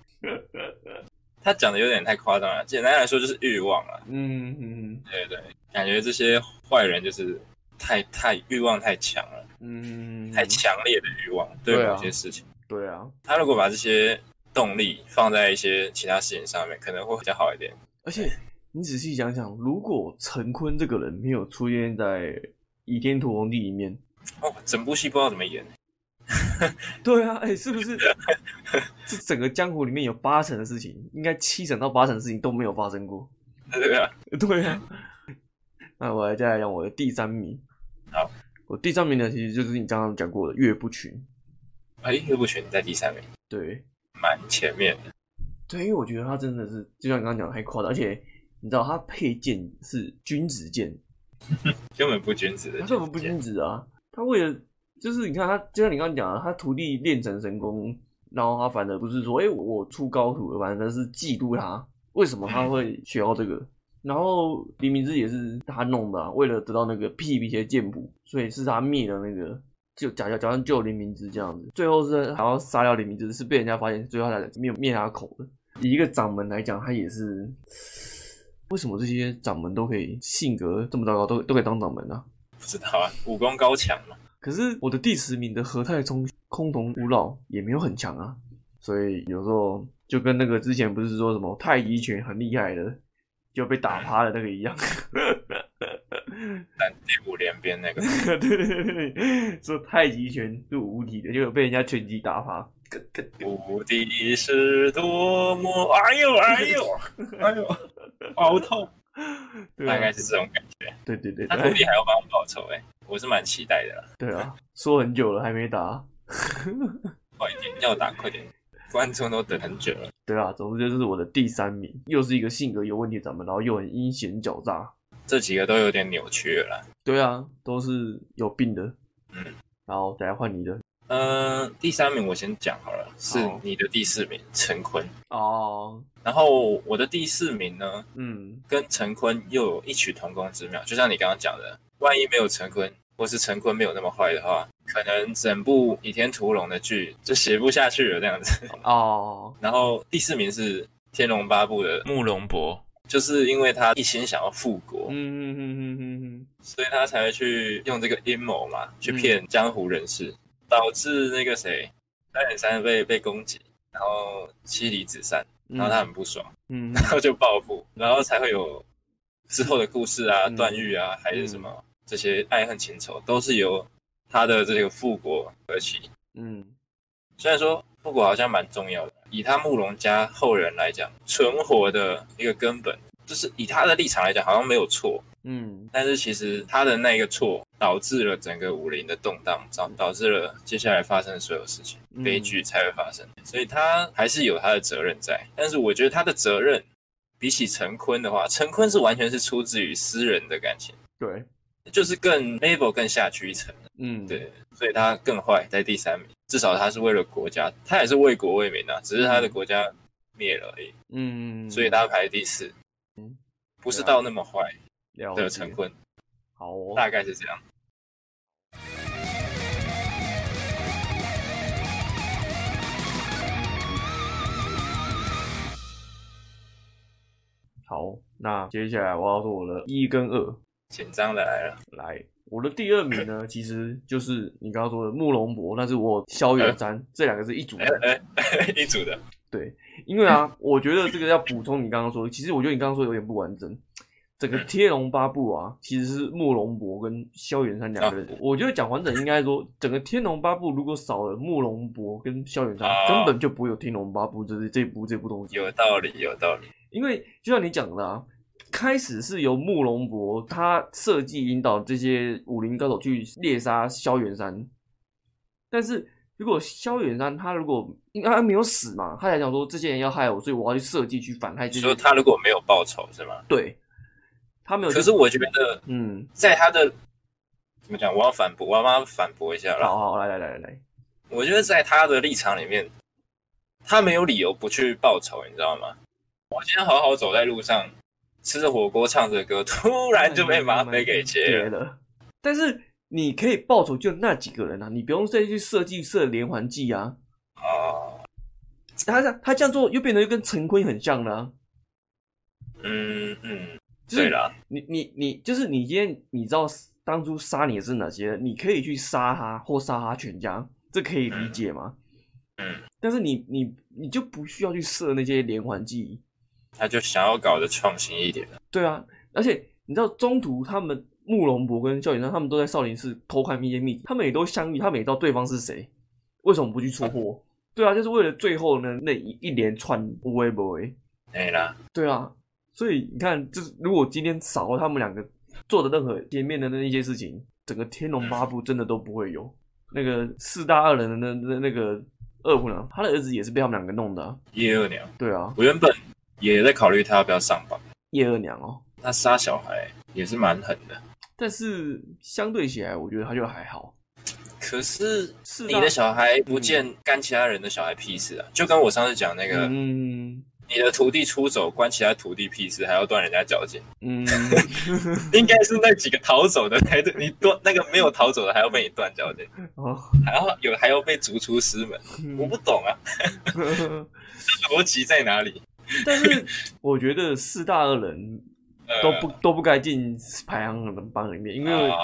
Speaker 2: 他讲的有点太夸张了，简单来说就是欲望啊。
Speaker 1: 嗯嗯
Speaker 2: 对对，感觉这些坏人就是太太欲望太强了，
Speaker 1: 嗯，
Speaker 2: 太强烈的欲望对
Speaker 1: 对啊
Speaker 2: 某些事情。
Speaker 1: 对啊，
Speaker 2: 他如果把这些动力放在一些其他事情上面，可能会比较好一点。
Speaker 1: 而且你仔细想想，如果陈坤这个人没有出现在《倚天屠龙记》里面，
Speaker 2: 哦，整部戏不知道怎么演，
Speaker 1: 对啊，哎、是不是这整个江湖里面有八成的事情，应该七成到八成的事情都没有发生过？
Speaker 2: 对吧？
Speaker 1: 对啊。那我来再来讲我的第三名。
Speaker 2: 好，
Speaker 1: 我第三名呢，其实就是你刚刚讲过的岳不群。
Speaker 2: 哎，岳不群在第三名，
Speaker 1: 对
Speaker 2: 蛮前面的。
Speaker 1: 对，因为我觉得他真的是，就像你刚刚讲的太夸张，而且你知道他配件是君子剑，
Speaker 2: 根本不君子的
Speaker 1: 他根
Speaker 2: 君子
Speaker 1: 本不
Speaker 2: 剑，
Speaker 1: 君子啊！他为了就是你看他，就像你刚刚讲的，他徒弟练成神功，然后他反而不是说，哎、我我出高徒了，反正是嫉妒他，为什么他会学到这个？然后黎明志也是他弄的、啊，为了得到那个屁皮鞋剑谱，所以是他灭了那个就假假假装救黎明志这样子，最后是还要杀掉黎明志，是被人家发现，最后他才灭灭他口的。以一个掌门来讲，他也是。为什么这些掌门都可以性格这么糟糕，都都可以当掌门呢、啊？
Speaker 2: 不知道啊，武功高强嘛。
Speaker 1: 可是我的第十名的何太冲空同古老也没有很强啊，所以有时候就跟那个之前不是说什么太极拳很厉害的，就被打趴的那个一样。
Speaker 2: 第五连鞭那个，
Speaker 1: 对 对对对，说太极拳是无敌的，结果被人家拳击打趴。咯咯咯
Speaker 2: 无敌是多么，哎呦哎呦哎呦，好痛！
Speaker 1: 对
Speaker 2: 大概
Speaker 1: 啊，
Speaker 2: 是这种感觉。
Speaker 1: 对对对，
Speaker 2: 他
Speaker 1: 对
Speaker 2: 徒弟还要帮我报仇、欸，哎，我是蛮期待的啦。
Speaker 1: 对啊，说很久了还没打。
Speaker 2: 快一点，要打快点，观众都等很久了。
Speaker 1: 对啊，总之就是我的第三名，又是一个性格有问题的咱们，然后又很阴险狡诈。
Speaker 2: 这几个都有点扭曲了啦。
Speaker 1: 对啊，都是有病的。
Speaker 2: 嗯，
Speaker 1: 然后再来换你的
Speaker 2: 嗯、第三名我先讲好了，是
Speaker 1: 好
Speaker 2: 你的第四名陈坤。
Speaker 1: 哦，
Speaker 2: 然后我的第四名呢，
Speaker 1: 嗯，
Speaker 2: 跟陈坤又有异曲同工之妙。就像你刚刚讲的，万一没有陈坤，或是陈坤没有那么坏的话，可能整部《倚天屠龙》的剧就写不下去了这样子。
Speaker 1: 哦，
Speaker 2: 然后第四名是《天龙八部》的慕容博，就是因为他一心想要复国，
Speaker 1: 嗯嗯嗯嗯
Speaker 2: 所以他才会去用这个阴谋嘛，去骗江湖人士，导致那个谁三点三被被攻击，然后妻离子散，
Speaker 1: 嗯，
Speaker 2: 然后他很不爽，
Speaker 1: 嗯，
Speaker 2: 然后就报复，然后才会有之后的故事啊，
Speaker 1: 嗯
Speaker 2: 段誉啊，还是什么这些爱恨情仇，都是由他的这个复国而起。
Speaker 1: 嗯
Speaker 2: 虽然说复国好像蛮重要的，以他慕容家后人来讲，存活的一个根本，就是以他的立场来讲，好像没有错，
Speaker 1: 嗯
Speaker 2: 但是其实他的那个错导致了整个武林的动荡，导导致了接下来发生的所有事情，
Speaker 1: 嗯
Speaker 2: 悲剧才会发生。所以他还是有他的责任在，但是我觉得他的责任比起陈坤的话，陈坤是完全是出自于私人的感情，
Speaker 1: 对，
Speaker 2: 就是更 level 更下去一层，
Speaker 1: 嗯
Speaker 2: 对，所以他更坏，在第三名。至少他是为了国家，他也是为国为民啊，只是他的国家灭了而已，
Speaker 1: 嗯，
Speaker 2: 所以他排第四
Speaker 1: 嗯，
Speaker 2: 不是到那么坏
Speaker 1: 了
Speaker 2: 的
Speaker 1: 解
Speaker 2: 陈坤，
Speaker 1: 好哦，
Speaker 2: 大概是这样。
Speaker 1: 好，那接下来我要说我的一跟二
Speaker 2: 紧张的来了。
Speaker 1: 来。我的第二名呢，其实就是你刚刚说的慕容博，但是我萧
Speaker 2: 呃
Speaker 1: 远山这两个是一
Speaker 2: 哎
Speaker 1: 组的，
Speaker 2: 一组的，
Speaker 1: 因为啊，我觉得这个要补充你刚刚说的，其实我觉得你刚刚说的有点不完整。整个《天龙八部》啊，其实是慕容博跟萧远山两个人。我觉得讲完整应该说，整个《天龙八部》如果少了慕容博跟萧远山，
Speaker 2: 啊
Speaker 1: 根本就不会有《天龙八部》就是这部这部东西。
Speaker 2: 有道理，有道理。
Speaker 1: 因为就像你讲的、啊，开始是由慕容博他设计引导这些武林高手去猎杀萧远山，但是如果萧远山他如果因为他没有死嘛，他才想说这些人要害我，所以我要去设计去反害这
Speaker 2: 你
Speaker 1: 些
Speaker 2: 说。他如果没有报仇是吗？
Speaker 1: 对，他没有去。
Speaker 2: 可是我觉得
Speaker 1: 嗯，
Speaker 2: 在他的怎么讲，我要反驳，我要帮他反驳一下
Speaker 1: 好
Speaker 2: 啦。
Speaker 1: 好来来来来来，
Speaker 2: 我觉得在他的立场里面，他没有理由不去报仇，你知道吗？我今天好好走在路上，吃着火锅，唱着歌，突然就被马匪给劫了。
Speaker 1: 了。但是你可以报仇就那几个人啊，你不用再去设计设连环计啊。
Speaker 2: 哦，
Speaker 1: 他他这样做又变得又跟陈坤很像了啊、
Speaker 2: 嗯嗯，
Speaker 1: 就是
Speaker 2: 对啦，
Speaker 1: 你你你，就是你今天你知道当初杀你的是哪些人，你可以去杀他或杀他全家，这可以理解吗？
Speaker 2: 嗯，
Speaker 1: 但是你你你就不需要去设那些连环计，
Speaker 2: 他就想要搞得创新一点。
Speaker 1: 对啊，而且你知道中途他们慕容博跟萧远山他们都在少林寺偷看密件秘籍，他们也都相遇，他们也知道对方是谁，为什么不去戳破？对啊，就是为了最后呢那一一连串无为不为。
Speaker 2: 对哎啦，
Speaker 1: 对啊，所以你看，就是如果今天少了他们两个做的任何前面的那一些事情，整个《天龙八部》真的都不会有那个四大恶人的那那那个二虎呢，他的儿子也是被他们两个弄的啊、
Speaker 2: 叶二娘，
Speaker 1: 对啊，
Speaker 2: 我原本也在考虑他要不要上榜。
Speaker 1: 叶二娘哦。
Speaker 2: 他杀小孩也是蛮狠的。
Speaker 1: 但是相对起来，我觉得他就还好。
Speaker 2: 可是
Speaker 1: 是
Speaker 2: 你的小孩不见干其他人的小孩屁事啊！就跟我上次讲那个，
Speaker 1: 嗯
Speaker 2: 你的徒弟出走关其他徒弟屁事，还要断人家脚筋，
Speaker 1: 嗯，
Speaker 2: 应该是那几个逃走的才对。你断那个没有逃走的还要被你断脚筋，
Speaker 1: 哦，
Speaker 2: 还要有还要被逐出师门，我不懂啊，逻辑在哪里？
Speaker 1: 但是我觉得四大恶人
Speaker 2: 呃
Speaker 1: 都 不都不该进排行榜里面，因为
Speaker 2: 啊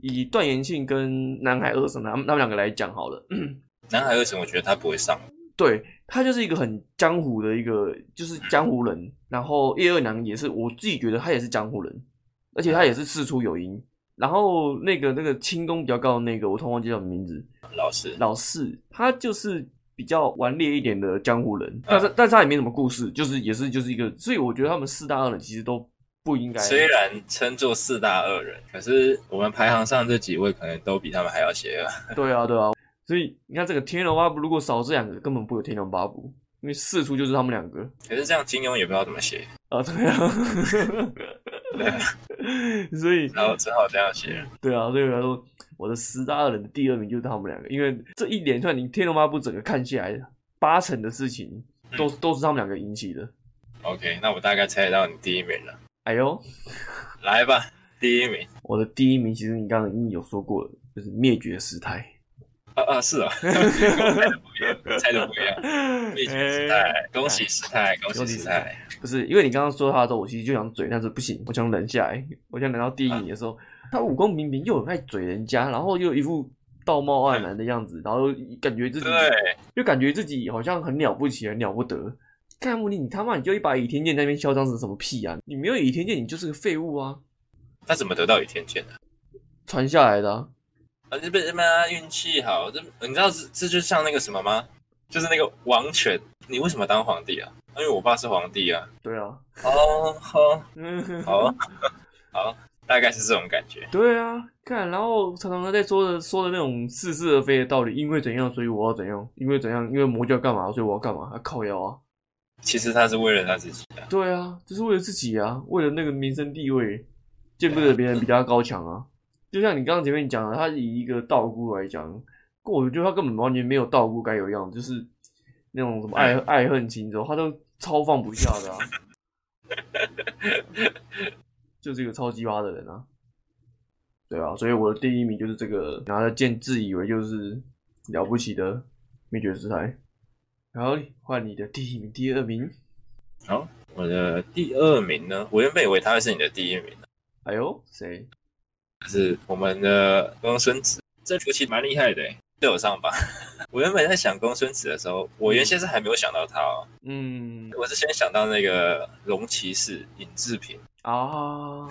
Speaker 1: 以段延庆跟南海二神他们他们两个来讲好了，
Speaker 2: 男孩为什么我觉得他不会上？
Speaker 1: 对他就是一个很江湖的一个，就是江湖人。然后叶二娘也是，我自己觉得他也是江湖人，而且他也是事出有因。然后那个那个轻功比较高的那个，我突然忘记叫什么名字，
Speaker 2: 老师，
Speaker 1: 老四，他就是比较顽劣一点的江湖人，但是但是他也没什么故事，就是也是就是一个，所以我觉得他们四大恶人其实都不应该。
Speaker 2: 虽然称作四大恶人，可是我们排行上这几位可能都比他们还要邪恶。
Speaker 1: 对啊，对啊，所以你看这个《天龙八部》，如果少这两个，根本不有《天龙八部》，因为四出就是他们两个
Speaker 2: 可是这样金庸也不知道怎么写，
Speaker 1: 啊， 对啊，
Speaker 2: 对啊，
Speaker 1: 所以
Speaker 2: 然后只好这样写。
Speaker 1: 对啊，所以我来说我的十大恶人的第二名就是他们两个，因为这一连串你《天龙八部》整个看下来，八成的事情都 都是他们两个引起的。
Speaker 2: OK，那我大概猜得到你第一名了，
Speaker 1: 哎呦，
Speaker 2: 来吧，第一名。
Speaker 1: 我的第一名其实你刚刚已经有说过了，就是灭绝师太。
Speaker 2: 啊啊，是啊，我猜的不一样，猜的不一样。恭喜时代，恭喜时代，哎恭喜时代。
Speaker 1: 不是，因为你刚刚说他的时候，我其实就想嘴，但是不行，我想忍下来。我想忍到第一名的时 候，他武功明明又很爱嘴人家，然后又一副道貌岸然的样子，然后又感觉自己
Speaker 2: 对，
Speaker 1: 又感觉自己好像很了不起，很了不得。看木你，你他妈你就一把倚天剑在那边嚣张成什么屁啊！你没有倚天剑，你就是个废物啊！
Speaker 2: 他怎么得到倚天剑的？
Speaker 1: 传下来的、啊，
Speaker 2: 啊，这边他妈运气好，这你知道这这就像那个什么吗？就是那个王权，你为什么当皇帝啊？因为我爸是皇帝啊。
Speaker 1: 对啊，
Speaker 2: 哦，好，
Speaker 1: 嗯，
Speaker 2: 好，好，大概是这种感觉。
Speaker 1: 对啊，看，然后常常在说的说的那种似是而非的道理，因为怎样，所以我要怎样，因为怎样，因为魔教干嘛，所以我要干嘛，啊、靠腰啊！
Speaker 2: 其实他是为了他自己啊。
Speaker 1: 对啊，就是为了自己啊，为了那个民生地位，见不得别人比他高强啊。就像你刚刚前面讲的，他以一个道姑来讲，我觉得他根本完全没有道姑该有样子，就是那种什么爱爱恨情仇，他都超放不下的啊。就是一个超级蛙的人啊。对啊，所以我的第一名就是这个拿着剑自以为就是了不起的灭绝师太。然后换你的第一名、第二名。
Speaker 2: 好，我的第二名呢？我原本以为他会是你的第一名，
Speaker 1: 哎呦，谁？
Speaker 2: 就是我们的公孙子，这服其实蛮厉害的欸，对我上榜。 我原本在想公孙子的时候，我原先是还没有想到他哦，
Speaker 1: 嗯
Speaker 2: 我是先想到那个龙骑士尹志平。
Speaker 1: 啊，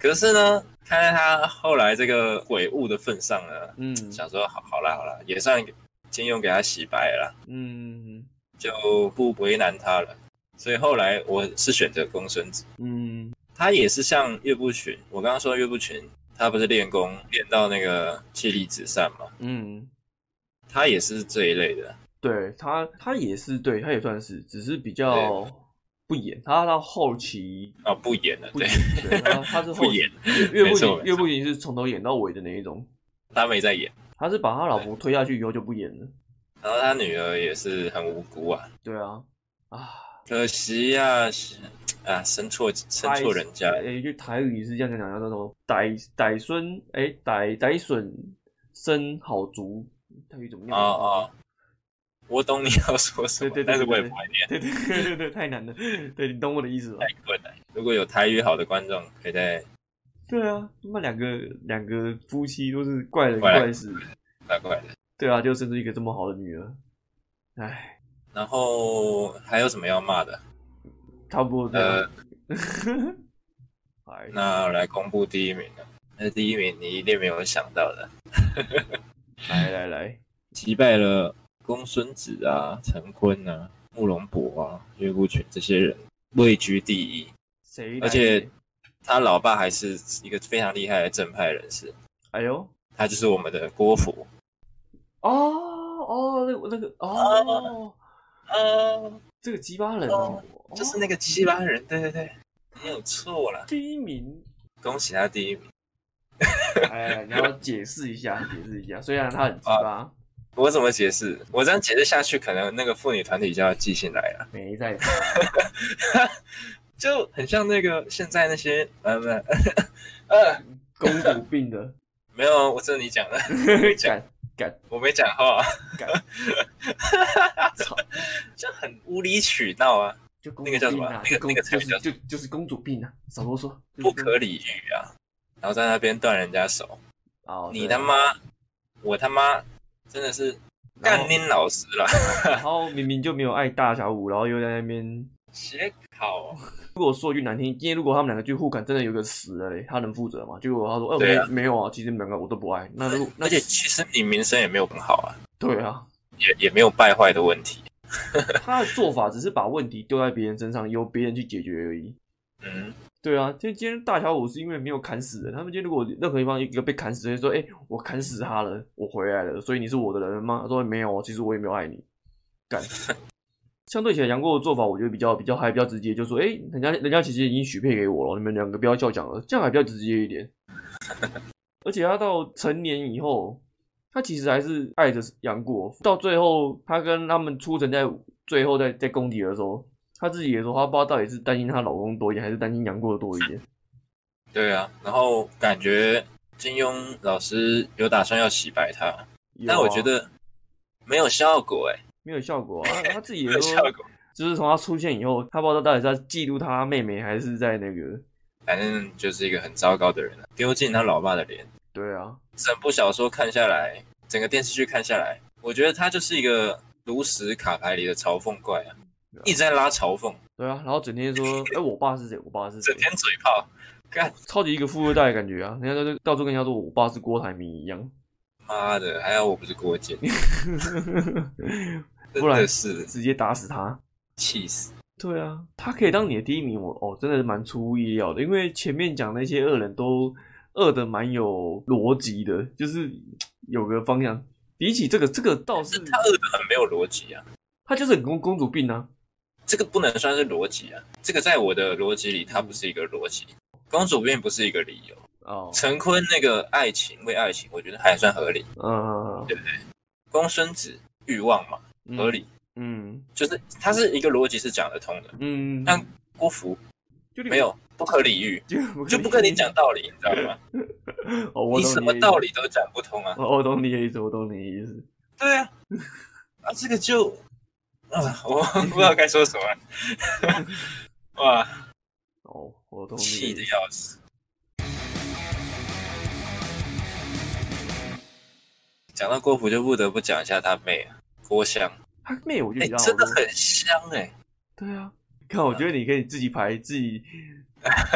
Speaker 2: 可是呢，看在他后来这个悔悟的份上呢，
Speaker 1: 嗯
Speaker 2: 想说好好啦好啦，也算金庸给他洗白了啦，
Speaker 1: 嗯
Speaker 2: 就不为难他了。所以后来我是选择公孙子，
Speaker 1: 嗯
Speaker 2: 他也是像岳不群，我刚刚说岳不群，他不是练功练到那个妻离子散嘛，
Speaker 1: 嗯，
Speaker 2: 他也是这一类的。
Speaker 1: 对他，他也是，对他也算是，只是比较不演。他到后期
Speaker 2: 啊，不演了，
Speaker 1: 不
Speaker 2: 对
Speaker 1: 演，，对，他他是后
Speaker 2: 不演，
Speaker 1: 岳
Speaker 2: 没
Speaker 1: 不
Speaker 2: 错
Speaker 1: 演，
Speaker 2: 没
Speaker 1: 岳不演是从头演到尾的那一种。
Speaker 2: 他没在演。
Speaker 1: 他是把他老婆推下去以后就不演了。
Speaker 2: 然后他女儿也是很无辜啊，
Speaker 1: 对啊，啊，
Speaker 2: 可惜呀、啊，是啊，生错生错人家，
Speaker 1: 有一句台语是这样讲的，叫做“歹歹孙”，哎，歹歹损生好足，台语怎么念？
Speaker 2: 哦哦，我懂你要说什么，
Speaker 1: 对对对
Speaker 2: 但是我也
Speaker 1: 对对
Speaker 2: 不会念，
Speaker 1: 对 对对对对，太难了，对你懂我的意思吧？
Speaker 2: 太困难。如果有台语好的观众，可以在
Speaker 1: 对啊，他妈两个两个夫妻都是怪人
Speaker 2: 怪人
Speaker 1: 怪事，
Speaker 2: 打过来的。
Speaker 1: 对啊，就生出一个这么好的女儿，哎，
Speaker 2: 然后还有什么要骂的？
Speaker 1: 差不多这
Speaker 2: 呃
Speaker 1: 样。，哎、
Speaker 2: 那来公布第一名了。那第一名你一定没有想到的，
Speaker 1: 来来来，
Speaker 2: 击败了公孙子啊、陈坤啊、慕容博啊、岳不群这些人，位居第一。
Speaker 1: 谁来？
Speaker 2: 而且他老爸还是一个非常厉害的正派人士，
Speaker 1: 哎呦，
Speaker 2: 他就是我们的郭芙。
Speaker 1: 哦哦，那个那个哦，
Speaker 2: 哦，
Speaker 1: 这个鸡巴人哦，
Speaker 2: 就是
Speaker 1: 哦
Speaker 2: 那个七八人，对对对，没有错啦，
Speaker 1: 第一名。
Speaker 2: 恭喜他第一名。
Speaker 1: 哎，你要解释一下，解释一下。虽然他很鸡巴，
Speaker 2: 我怎么解释？我这样解释下去，可能那个妇女团体就要记信来了，
Speaker 1: 没在打。
Speaker 2: 就很像那个现在那些呃不是， 呃
Speaker 1: 公主病 的，
Speaker 2: 没有，啊我这是你讲的，
Speaker 1: 敢
Speaker 2: 我没讲话，
Speaker 1: 操，
Speaker 2: 就很无理取闹啊，
Speaker 1: 就公
Speaker 2: 那个
Speaker 1: 主
Speaker 2: 叫什
Speaker 1: 病
Speaker 2: 么
Speaker 1: 啊，
Speaker 2: 那个
Speaker 1: 就公
Speaker 2: 那个才
Speaker 1: 就是
Speaker 2: 叫
Speaker 1: 就就是公主病啊，少啰嗦，
Speaker 2: 不可理喻啊，然后在那边断人家手，
Speaker 1: 啊！哦
Speaker 2: 你
Speaker 1: 对
Speaker 2: 他妈，我他妈，真的是
Speaker 1: 然
Speaker 2: 干
Speaker 1: 后
Speaker 2: 拎老师啦，
Speaker 1: 然后明明就没有爱大小五，然后又在那边。
Speaker 2: 写考
Speaker 1: 如果说句难听，今天如果他们两个去互砍，真的有一个死了嘞，他能负责吗？结果他说，哎、
Speaker 2: 对
Speaker 1: 我
Speaker 2: 啊
Speaker 1: 没没有啊，其实你们两个我都不爱。那如那
Speaker 2: 而且其实你名声也没有很好啊，
Speaker 1: 对啊，
Speaker 2: 也也没有败坏的问题。
Speaker 1: 他的做法只是把问题丢在别人身上，由别人去解决而已。
Speaker 2: 嗯，
Speaker 1: 对啊，今今天大小五是因为没有砍死人，他们今天如果任何一方一个被砍死，就说，哎、我砍死他了，我回来了，所以你是我的人吗？他说没有，啊其实我也没有爱你。干，相对起来，杨过的做法我觉得比较比较还比较直接，就说，哎、人家人家其实已经许配给我了，你们两个不要叫讲了，这样还比较直接一点。而且他到成年以后，他其实还是爱着杨过，到最后他跟他们出城在最后在在公敌的时候，她自己也说，她不知道到底是担心她老公多一点，还是担心杨过多一 点。
Speaker 2: 对啊，然后感觉金庸老师有打算要洗白他，但
Speaker 1: 有啊
Speaker 2: 我觉得没有效果哎、
Speaker 1: 没有效果啊， 她她自己也
Speaker 2: 没有效
Speaker 1: 说，
Speaker 2: 果。
Speaker 1: 就是从她出现以后，她不知道到底是在嫉妒她妹妹，还是在那个……
Speaker 2: 反正就是一个很糟糕的人、啊，丢尽他老爸的脸。
Speaker 1: 对啊，
Speaker 2: 整部小说看下来，整个电视剧看下来，我觉得他就是一个炉石卡牌里的嘲讽怪啊，一直在拉嘲讽，
Speaker 1: 对啊，然后整天说，哎、我爸是谁？我爸是谁
Speaker 2: 整？天嘴炮，干
Speaker 1: 超级一个富二代的感觉啊！人家都到处跟人家说我爸是郭台铭一样，
Speaker 2: 妈的，还好我不是郭靖，真
Speaker 1: 不然
Speaker 2: 的是
Speaker 1: 直接打死他。
Speaker 2: 气死。
Speaker 1: 对啊，他可以当你的第一名，我哦，真的是蛮出乎意料的。因为前面讲那些恶人都恶的蛮有逻辑的，就是嘖有个方向。比起这个，这个倒是
Speaker 2: 他恶的很没有逻辑啊，
Speaker 1: 他就是很公公主病啊。
Speaker 2: 这个不能算是逻辑啊，这个在我的逻辑里，它不是一个逻辑。公主病不是一个理由，
Speaker 1: 哦，
Speaker 2: 陈坤那个爱情为爱情，我觉得还算合理。
Speaker 1: 呃，
Speaker 2: 公孙子欲望嘛，
Speaker 1: 嗯
Speaker 2: 合理，
Speaker 1: 嗯
Speaker 2: 就是它是一个逻辑是讲得通的。
Speaker 1: 嗯，
Speaker 2: 但郭芙
Speaker 1: 就
Speaker 2: 没有不可理喻，
Speaker 1: 就
Speaker 2: 就不跟你讲道理，你知道吗？
Speaker 1: 哦，我
Speaker 2: 你
Speaker 1: 懂
Speaker 2: 什么
Speaker 1: 的意思
Speaker 2: 道？理都讲不通啊。
Speaker 1: 哦，我懂你的意思，我懂你的意思。
Speaker 2: 对啊，啊，这个就啊，我不知道该说什么。哇，
Speaker 1: 哦，我懂你的
Speaker 2: 气
Speaker 1: 意
Speaker 2: 的
Speaker 1: 思。
Speaker 2: 要死。讲到郭芙，就不得不讲一下他妹啊，郭襄，
Speaker 1: 他妹我就
Speaker 2: 哎、
Speaker 1: 比较好
Speaker 2: 真的
Speaker 1: 多
Speaker 2: 很香哎、
Speaker 1: 对啊，看，我觉得你可以自己排自己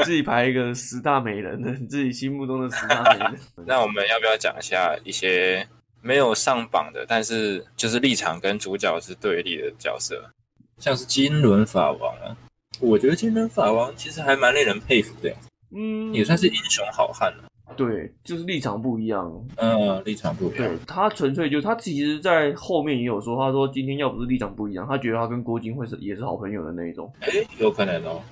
Speaker 1: 自己排一个十大美人的，你自己心目中的十大美人。
Speaker 2: 那我们要不要讲一下一些没有上榜的，但是就是立场跟主角是对立的角色，像是金轮法王啊？我觉得金轮法王其实还蛮令人佩服的，欸
Speaker 1: 嗯，
Speaker 2: 也算是英雄好汉了、
Speaker 1: 对，就是立场不一样。
Speaker 2: 嗯、立场不一样
Speaker 1: 对。他纯粹就他其实，在后面也有说，他说今天要不是立场不一样，他觉得他跟郭靖会是也是好朋友的那一种。
Speaker 2: 哎、有可能哦。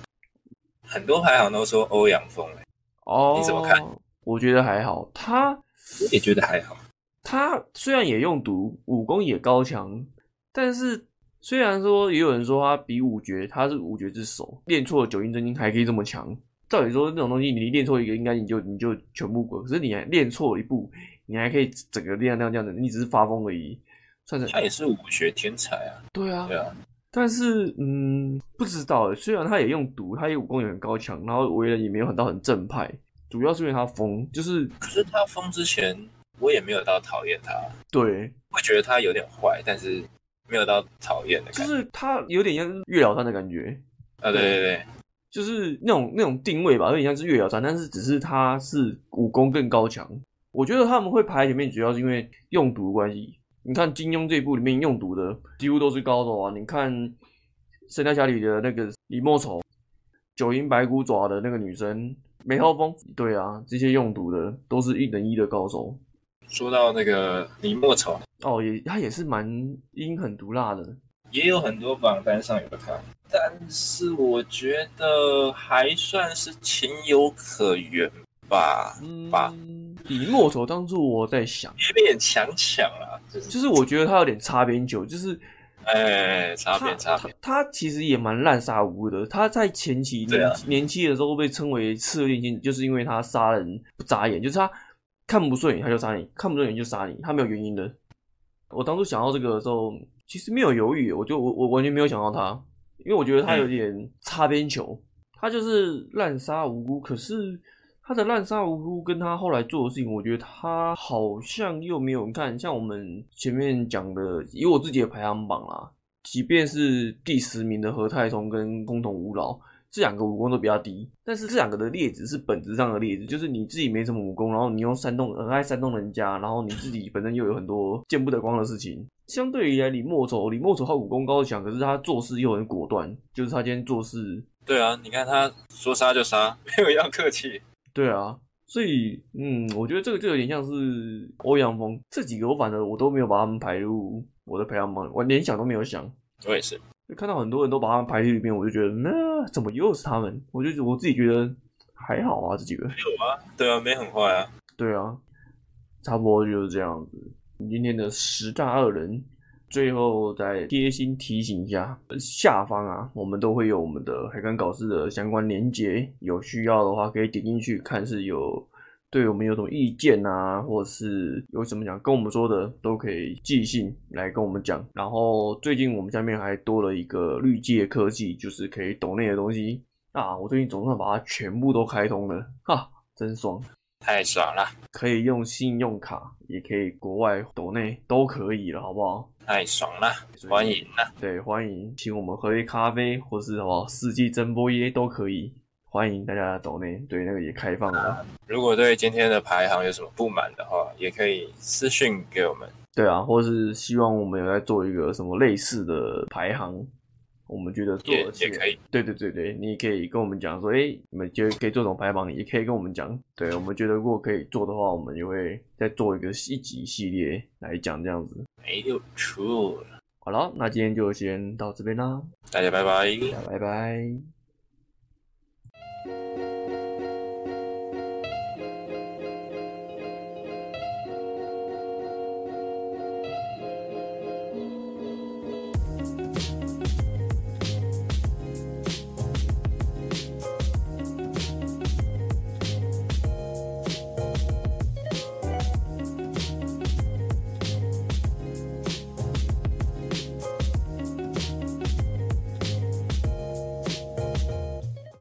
Speaker 2: 很多排行都说欧阳锋、哎，
Speaker 1: 哦，
Speaker 2: 你怎么看？
Speaker 1: 我觉得还好，他
Speaker 2: 我也觉得还好。
Speaker 1: 他虽然也用毒，武功也高强，但是虽然说也有人说他比武绝，他是武绝之首，练错了九阴真经还可以这么强。照理说这种东西，你练错一个，应该你就你就全部过。可是你还练错一步，你还可以整个练到这样子，你只是发疯而已，算是
Speaker 2: 他也是武学天才啊，
Speaker 1: 对啊
Speaker 2: 对。啊，
Speaker 1: 但是嗯，不知道欸，虽然他也用毒，他也武功也很高强，然后为人也没有很到很正派，主要是因为他疯，就是
Speaker 2: 可是他疯之前，我也没有到讨厌他，
Speaker 1: 对，
Speaker 2: 会觉得他有点坏，但是没有到讨厌的
Speaker 1: 就
Speaker 2: 感觉。
Speaker 1: 是他有点像月老山的感觉。
Speaker 2: 啊，对对对，
Speaker 1: 就是那种那种定位吧，有点像是月瑶山，但是只是他是武功更高强。我觉得他们会排前面，主要是因为用毒的关系。你看金庸这一部里面用毒的几乎都是高手啊，你看《神雕侠侣》的那个李莫愁，九阴白骨爪的那个女生梅超风，对啊，这些用毒的都是一等一的高手
Speaker 2: 说到那个李莫愁，
Speaker 1: 哦，也他也是蛮阴狠毒辣的，
Speaker 2: 也有很多榜单上有他，但是我觉得还算是情有可原吧，
Speaker 1: 嗯
Speaker 2: 吧，
Speaker 1: 李莫愁当初我在想，
Speaker 2: 也勉强强
Speaker 1: 啊
Speaker 2: 啦，就是
Speaker 1: 就是我觉得他有点擦边球，就是。
Speaker 2: 哎，差别差别，
Speaker 1: 他其实也蛮滥杀无辜的。他在前期
Speaker 2: 对
Speaker 1: 年、
Speaker 2: 啊
Speaker 1: 年轻的时候被称为赤练仙子，就是因为他杀人不眨眼，就是他看不顺眼他就杀你，看不顺眼就杀你，他没有原因的。我当初想到这个的时候，其实没有犹豫，我就我我完全没有想到他，因为我觉得他有点擦边球，他就是滥杀无辜，可是他的滥杀无辜跟他后来做的事情，我觉得他好像又没有你看，像我们前面讲的，以我自己的排行榜啦，即便是第十名的何泰松跟工藤无劳，这两个武功都比较低，但是这两个的劣质是本质上的劣质，就是你自己没什么武功，然后你又煽动，很爱煽动人家，然后你自己本身又有很多见不得光的事情。相对于来李莫愁，李莫愁他武功高强，可是他做事又很果断，就是他今天做事，
Speaker 2: 对啊，你看他说杀就杀， 没有要客气。
Speaker 1: 对啊，所以嗯，我觉得这个就有点像是欧阳锋这几个，我反正我都没有把他们排入我的排行榜，我连想都没有想。
Speaker 2: 我也是，
Speaker 1: 就看到很多人都把他们排在里面，我就觉得那、怎么又是他们？我就我自己觉得还好啊，这几个。
Speaker 2: 对啊，没很坏啊。
Speaker 1: 对啊，差不多就是这样子。今天的十大恶人，最后再贴心提醒一下，下方啊，我们都会有我们的海干搞事的相关连接，有需要的话可以点进去看是有。对我们有什么意见啊，或者是有什么想跟我们说的，都可以寄信来跟我们讲。然后最近我们下面还多了一个绿界科技，就是可以懂内的东西啊。我最近总算把它全部都开通了，哈，真爽！
Speaker 2: 太爽了，
Speaker 1: 可以用信用卡，也可以国外抖内都可以了，好不好？
Speaker 2: 太爽了，欢迎啊！
Speaker 1: 对，欢迎请我们喝杯咖啡，或是什么四季蒸波耶都可以，欢迎大家抖内，对，那个也开放了。
Speaker 2: 如果对今天的排行有什么不满的话，也可以私讯给我们。
Speaker 1: 对啊，或是希望我们有在做一个什么类似的排行，我们觉得做
Speaker 2: 也
Speaker 1: 得起
Speaker 2: 也
Speaker 1: 来
Speaker 2: 可以。
Speaker 1: 对对对对，你也可以跟我们讲说，哎、你们觉得可以做这种排行榜，也可以跟我们讲。对我们觉得如果可以做的话，我们就会再做一个一集系列来讲这样子。
Speaker 2: 没哎有错，
Speaker 1: 好了，那今天就先到这边啦，
Speaker 2: 大家拜拜。
Speaker 1: 大家拜拜。